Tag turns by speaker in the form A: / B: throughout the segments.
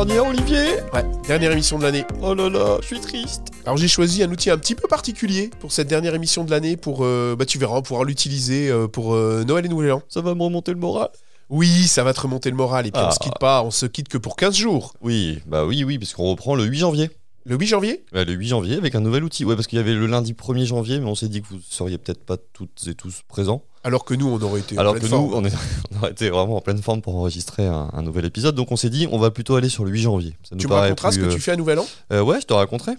A: Oh, dernière, Olivier
B: Ouais, dernière émission de l'année.
A: Oh là là, je suis triste.
B: Alors j'ai choisi un outil un petit peu particulier pour cette dernière émission de l'année pour euh, bah tu verras on pourra l'utiliser euh, pour euh, Noël et Nouvel An.
A: Ça va me remonter le moral
B: Oui, ça va te remonter le moral et puis on
A: Ah.
B: se quitte pas, on se quitte que pour 15 jours.
C: Oui, bah oui, oui, parce qu'on reprend le 8 janvier.
B: Le 8 janvier
C: Ouais, le 8 janvier avec un nouvel outil. Ouais, parce qu'il y avait le lundi 1er janvier, mais on s'est dit que vous seriez peut-être pas toutes et tous présents.
B: alors que nous on aurait été en
C: Alors
B: pleine
C: que
B: forme.
C: nous, on, est, on aurait été vraiment en pleine forme pour enregistrer un, un nouvel épisode. Donc on s'est dit, on va plutôt aller sur le 8 janvier. Ça nous
B: tu me
C: paraît
B: raconteras ce
C: plus,
B: que tu fais à Nouvel An
C: euh, euh, ouais, je te raconterai.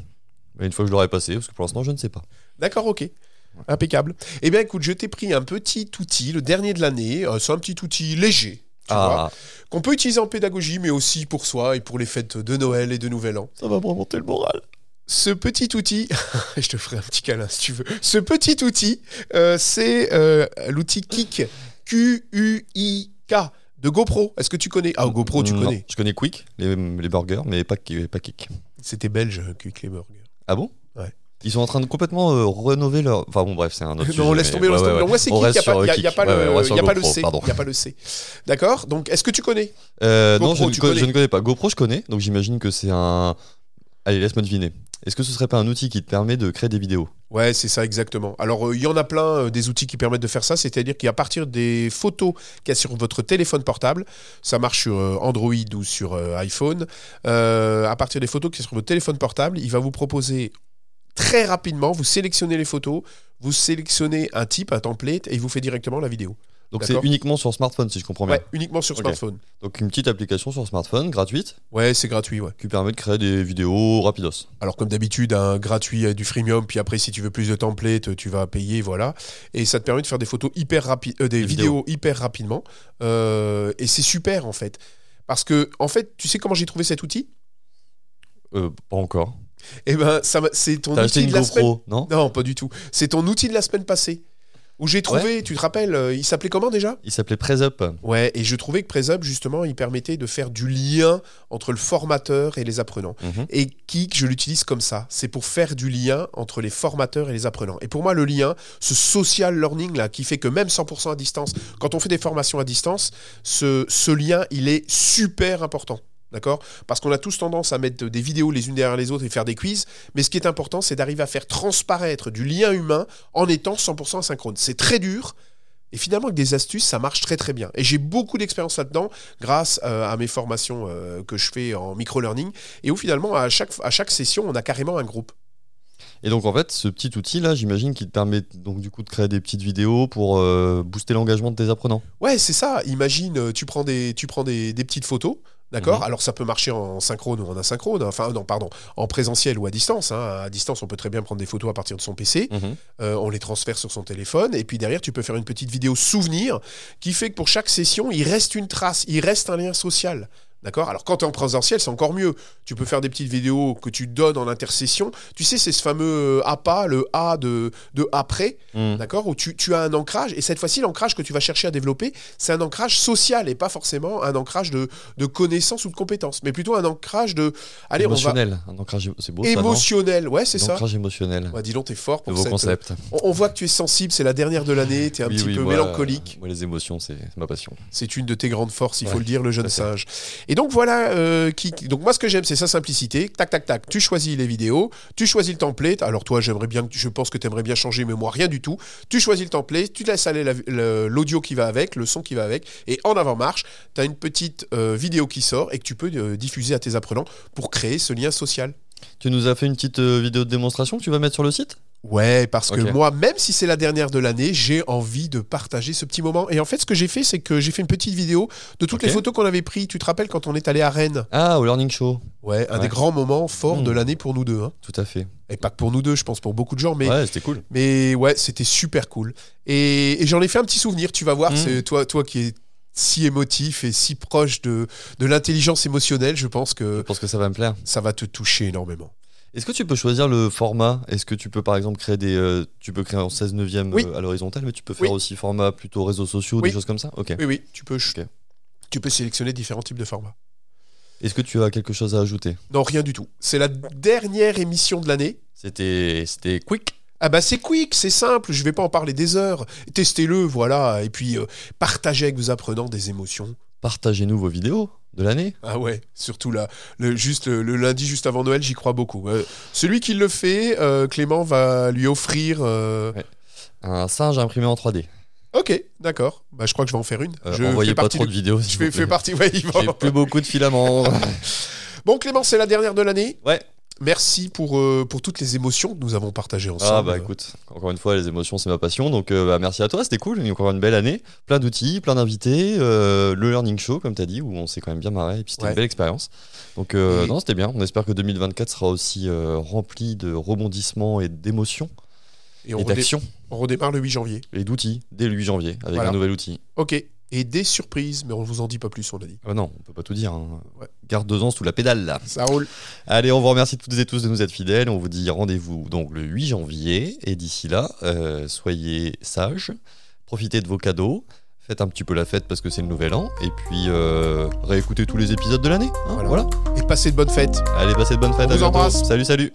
C: Mais une fois que je l'aurai passé, parce que pour l'instant, je ne sais pas.
B: D'accord, ok. Impeccable. Eh bien écoute, je t'ai pris un petit outil, le dernier de l'année, euh, c'est un petit outil léger. tu vois,
C: Ah,
B: Qu'on peut utiliser en pédagogie, mais aussi pour soi et pour les fêtes de Noël et de Nouvel An.
A: Ça va me remonter le moral.
B: Ce petit outil, je te ferai un petit câlin si tu veux. Ce petit outil, euh, c'est euh, l'outil Kik, Q-U-I-K, de GoPro. Est-ce que tu connais Ah, GoPro, tu
C: non,
B: connais.
C: Mm, Je connais Quick, les, les burgers, mais pas, Ki- pas Kick.
B: C'était belge, euh, Kik les burgers.
C: Ah bon
B: Ouais.
C: Ils sont en train de complètement euh, rénover leur. Enfin bon, bref, c'est un autre sujet.
B: Non, on laisse
C: mais-
B: tomber, on
C: ouais,
B: laisse
C: ouais,
B: tomber.
C: ouais.
B: Moi, c'est
C: On
B: Kik, il
C: reste sur, euh,
B: n'y a
C: Kik.
B: pas
C: Ouais, ouais, on
B: le-
C: reste
B: y
C: sur
B: a pas le
C: GoPro,
B: C.
C: pardon.
B: Il n'y a pas le C. D'accord Donc, est-ce que tu connais
C: Euh, non,
B: GoPro,
C: je, ne
B: tu
C: co-
B: connais.
C: je ne connais pas. GoPro, je connais, donc j'imagine que c'est un. Allez, laisse-moi deviner. Est-ce que ce serait pas un outil qui te permet de créer des vidéos
B: Ouais, c'est ça exactement. Alors, euh, il y en a plein euh, des outils qui permettent de faire ça, c'est-à-dire qu'à partir des photos qu'il y a sur votre téléphone portable, ça marche sur euh, Android ou sur euh, iPhone, euh, à partir des photos qu'il y a sur votre téléphone portable, il va vous proposer très rapidement, vous sélectionnez les photos, vous sélectionnez un type, un template, et il vous fait directement la vidéo.
C: Donc c'est
B: D'accord.
C: uniquement sur smartphone, si je comprends bien.
B: Ouais, uniquement sur
C: Ok.
B: smartphone.
C: Donc une petite application sur smartphone, gratuite,
B: Ouais, c'est gratuit, ouais.
C: qui permet de créer des vidéos rapidos.
B: Alors comme d'habitude, un gratuit euh, du freemium, puis après si tu veux plus de templates, euh, tu vas payer, voilà. Et ça te permet de faire des photos hyper rapides, des
C: Des
B: vidéos. hyper rapidement. Euh, et c'est super en fait. Parce que en fait, tu sais comment j'ai trouvé cet outil
C: Euh, pas encore.
B: Eh ben, ça m'a- c'est ton
C: T'as acheté
B: outil
C: une
B: de la semaine.
C: GoPro, non
B: Non, pas du tout. C'est ton outil de la semaine passée où j'ai trouvé. Tu te rappelles euh, Il s'appelait comment déjà
C: Il s'appelait PresUp.
B: Ouais. Et je trouvais que Presup justement, il permettait de faire du lien entre le formateur et les apprenants.
C: Mhm.
B: Et Kik, je l'utilise comme ça. C'est pour faire du lien entre les formateurs et les apprenants. Et pour moi, le lien, ce social learning là, qui fait que même 100% à distance, quand on fait des formations à distance, ce, ce lien, il est super important. D'accord Parce qu'on a tous tendance à mettre des vidéos les unes derrière les autres et faire des quiz. Mais ce qui est important, c'est d'arriver à faire transparaître du lien humain en étant 100% asynchrone. C'est très dur. Et finalement, avec des astuces, ça marche très très bien. Et j'ai beaucoup d'expérience là-dedans grâce euh, à mes formations euh, que je fais en micro-learning et où finalement, à chaque, à chaque session, on a carrément un groupe.
C: Et donc en fait, ce petit outil là, j'imagine qu'il te permet donc du coup de créer des petites vidéos pour euh, booster l'engagement de tes apprenants.
B: Ouais, c'est ça. Imagine, euh, tu prends des, tu prends des, des petites photos. D'accord
C: Mhm.
B: Alors ça peut marcher en synchrone ou en asynchrone, hein. enfin non, pardon, en présentiel ou à distance. hein. À distance, on peut très bien prendre des photos à partir de son PC. Euh, on les transfère sur son téléphone et puis derrière tu peux faire une petite vidéo souvenir qui fait que pour chaque session il reste une trace, il reste un lien social. D'accord Alors quand tu es en présentiel, c'est encore mieux. Tu peux faire des petites vidéos que tu donnes en intercession. Tu sais, c'est ce fameux euh, APA, le A de, de après,
C: Mhm.
B: d'accord Où tu, tu as un ancrage. Et cette fois-ci, l'ancrage que tu vas chercher à développer, c'est un ancrage social et pas forcément un ancrage de, de connaissances ou de compétences, mais plutôt un ancrage de. Allez, on va.
C: émotionnel. Un ancrage émo- c'est beau ça, non
B: Émotionnel. Ouais, c'est
C: Un
B: ça.
C: ancrage émotionnel.
B: Bah, dis donc, t'es fort pour
C: Nouveau
B: cette,
C: concept.
B: on, on voit que tu es sensible, c'est la dernière de l'année, tu es un
C: Oui,
B: petit
C: oui,
B: peu
C: moi,
B: mélancolique.
C: euh, Moi, les émotions, c'est c'est ma passion.
B: C'est une de tes grandes forces, il faut
C: Ouais,
B: le dire, le jeune
C: tout à
B: singe. Et donc voilà, euh, qui... donc moi ce que j'aime, c'est sa simplicité. Tac, tac, tac. Tu choisis les vidéos, tu choisis le template. Alors toi, j'aimerais bien, que- je pense que tu aimerais bien changer, mais moi rien du tout. Tu choisis le template, tu laisses aller la- le- l'audio qui va avec, le son qui va avec, et en avant marche, tu as une petite euh, vidéo qui sort et que tu peux euh, diffuser à tes apprenants pour créer ce lien social.
C: Tu nous as fait une petite euh, vidéo de démonstration que tu vas mettre sur le site
B: Ouais, parce que
C: Ok.
B: moi, même si c'est la dernière de l'année, j'ai envie de partager ce petit moment. Et en fait, ce que j'ai fait, c'est que j'ai fait une petite vidéo de toutes
C: Ok.
B: les photos qu'on avait prises. Tu te rappelles quand on est allé à Rennes
C: Ah, au Learning Show.
B: Ouais, un
C: Ouais.
B: des grands moments forts
C: Mmh.
B: de l'année pour nous deux. hein.
C: Tout à fait.
B: Et pas que pour nous deux, je pense pour beaucoup de gens, mais
C: Ouais, c'était cool.
B: mais ouais, c'était super cool. Et, et j'en ai fait un petit souvenir, tu vas voir,
C: Mm.
B: c'est toi, toi qui es si émotif et si proche de, de l'intelligence émotionnelle, je pense
C: Je
B: que
C: pense que ça va me plaire.
B: ça va te toucher énormément.
C: Est-ce que tu peux choisir le format Est-ce que tu peux par exemple créer des. euh, tu peux créer en 16 neuvième
B: Oui.
C: euh, à l'horizontale, mais tu peux faire
B: Oui.
C: aussi format plutôt réseaux sociaux,
B: Oui.
C: des choses comme ça Ok.
B: Oui, oui, tu peux, ch-
C: Ok.
B: tu peux sélectionner différents types de formats.
C: Est-ce que tu as quelque chose à ajouter
B: Non, rien du tout. C'est la dernière émission de l'année.
C: C'était c'était quick.
B: Ah bah c'est quick, c'est simple, je vais pas en parler des heures. Testez-le, voilà, et puis euh, partagez avec vos apprenants des émotions.
C: Partagez-nous vos vidéos de de l'année.
B: Ah ouais, surtout là. Le, juste, le, le lundi juste avant Noël, j'y crois beaucoup. Euh, celui qui le fait, euh, Clément va lui offrir. euh,
C: Un singe imprimé en 3D.
B: Ok, d'accord. Bah, je crois que je vais en faire une.
C: Euh,
B: je
C: envoyez
B: fais
C: pas
B: partie
C: trop
B: du-
C: de vidéos.
B: Je
C: s'il
B: fais,
C: vous plaît.
B: fais partie. ouais, il va-
C: J'ai plus beaucoup de filaments.
B: Bon, Clément, c'est la dernière de l'année.
C: ouais.
B: Merci pour, euh, pour toutes les émotions que nous avons partagées ensemble.
C: Ah bah écoute, encore une fois, les émotions, c'est ma passion. Donc euh, bah, merci à toi, c'était cool. Et encore une belle année. Plein d'outils, plein d'invités. euh, le Learning Show, comme tu as dit, où on s'est quand même bien marré. Et puis c'était
B: Ouais.
C: une belle expérience. Donc euh,
B: Et-
C: non, c'était bien. On espère que 2024 sera aussi euh, rempli de rebondissements et d'émotions
B: Et on,
C: et
B: redé-
C: d'actions
B: on redémarre le 8 janvier.
C: et d'outils dès le 8 janvier avec
B: Voilà.
C: un nouvel outil.
B: Ok. Et des surprises, mais on vous en dit pas plus, on l'a dit.
C: Ah bah non, on peut pas tout dire. hein.
B: Ouais.
C: Garde deux ans sous la pédale là.
B: Ça roule.
C: Allez, on vous remercie toutes et tous de nous être fidèles. On vous dit rendez-vous donc le 8 janvier. Et d'ici là, euh, soyez sages, profitez de vos cadeaux, faites un petit peu la fête parce que c'est le nouvel an. Et puis euh, réécoutez tous les épisodes de l'année. hein,
B: Voilà.
C: voilà.
B: Et passez de bonnes fêtes.
C: Allez, passez de bonnes fêtes.
B: On
C: à
B: vous
C: bientôt.
B: embrasse.
C: Salut, salut.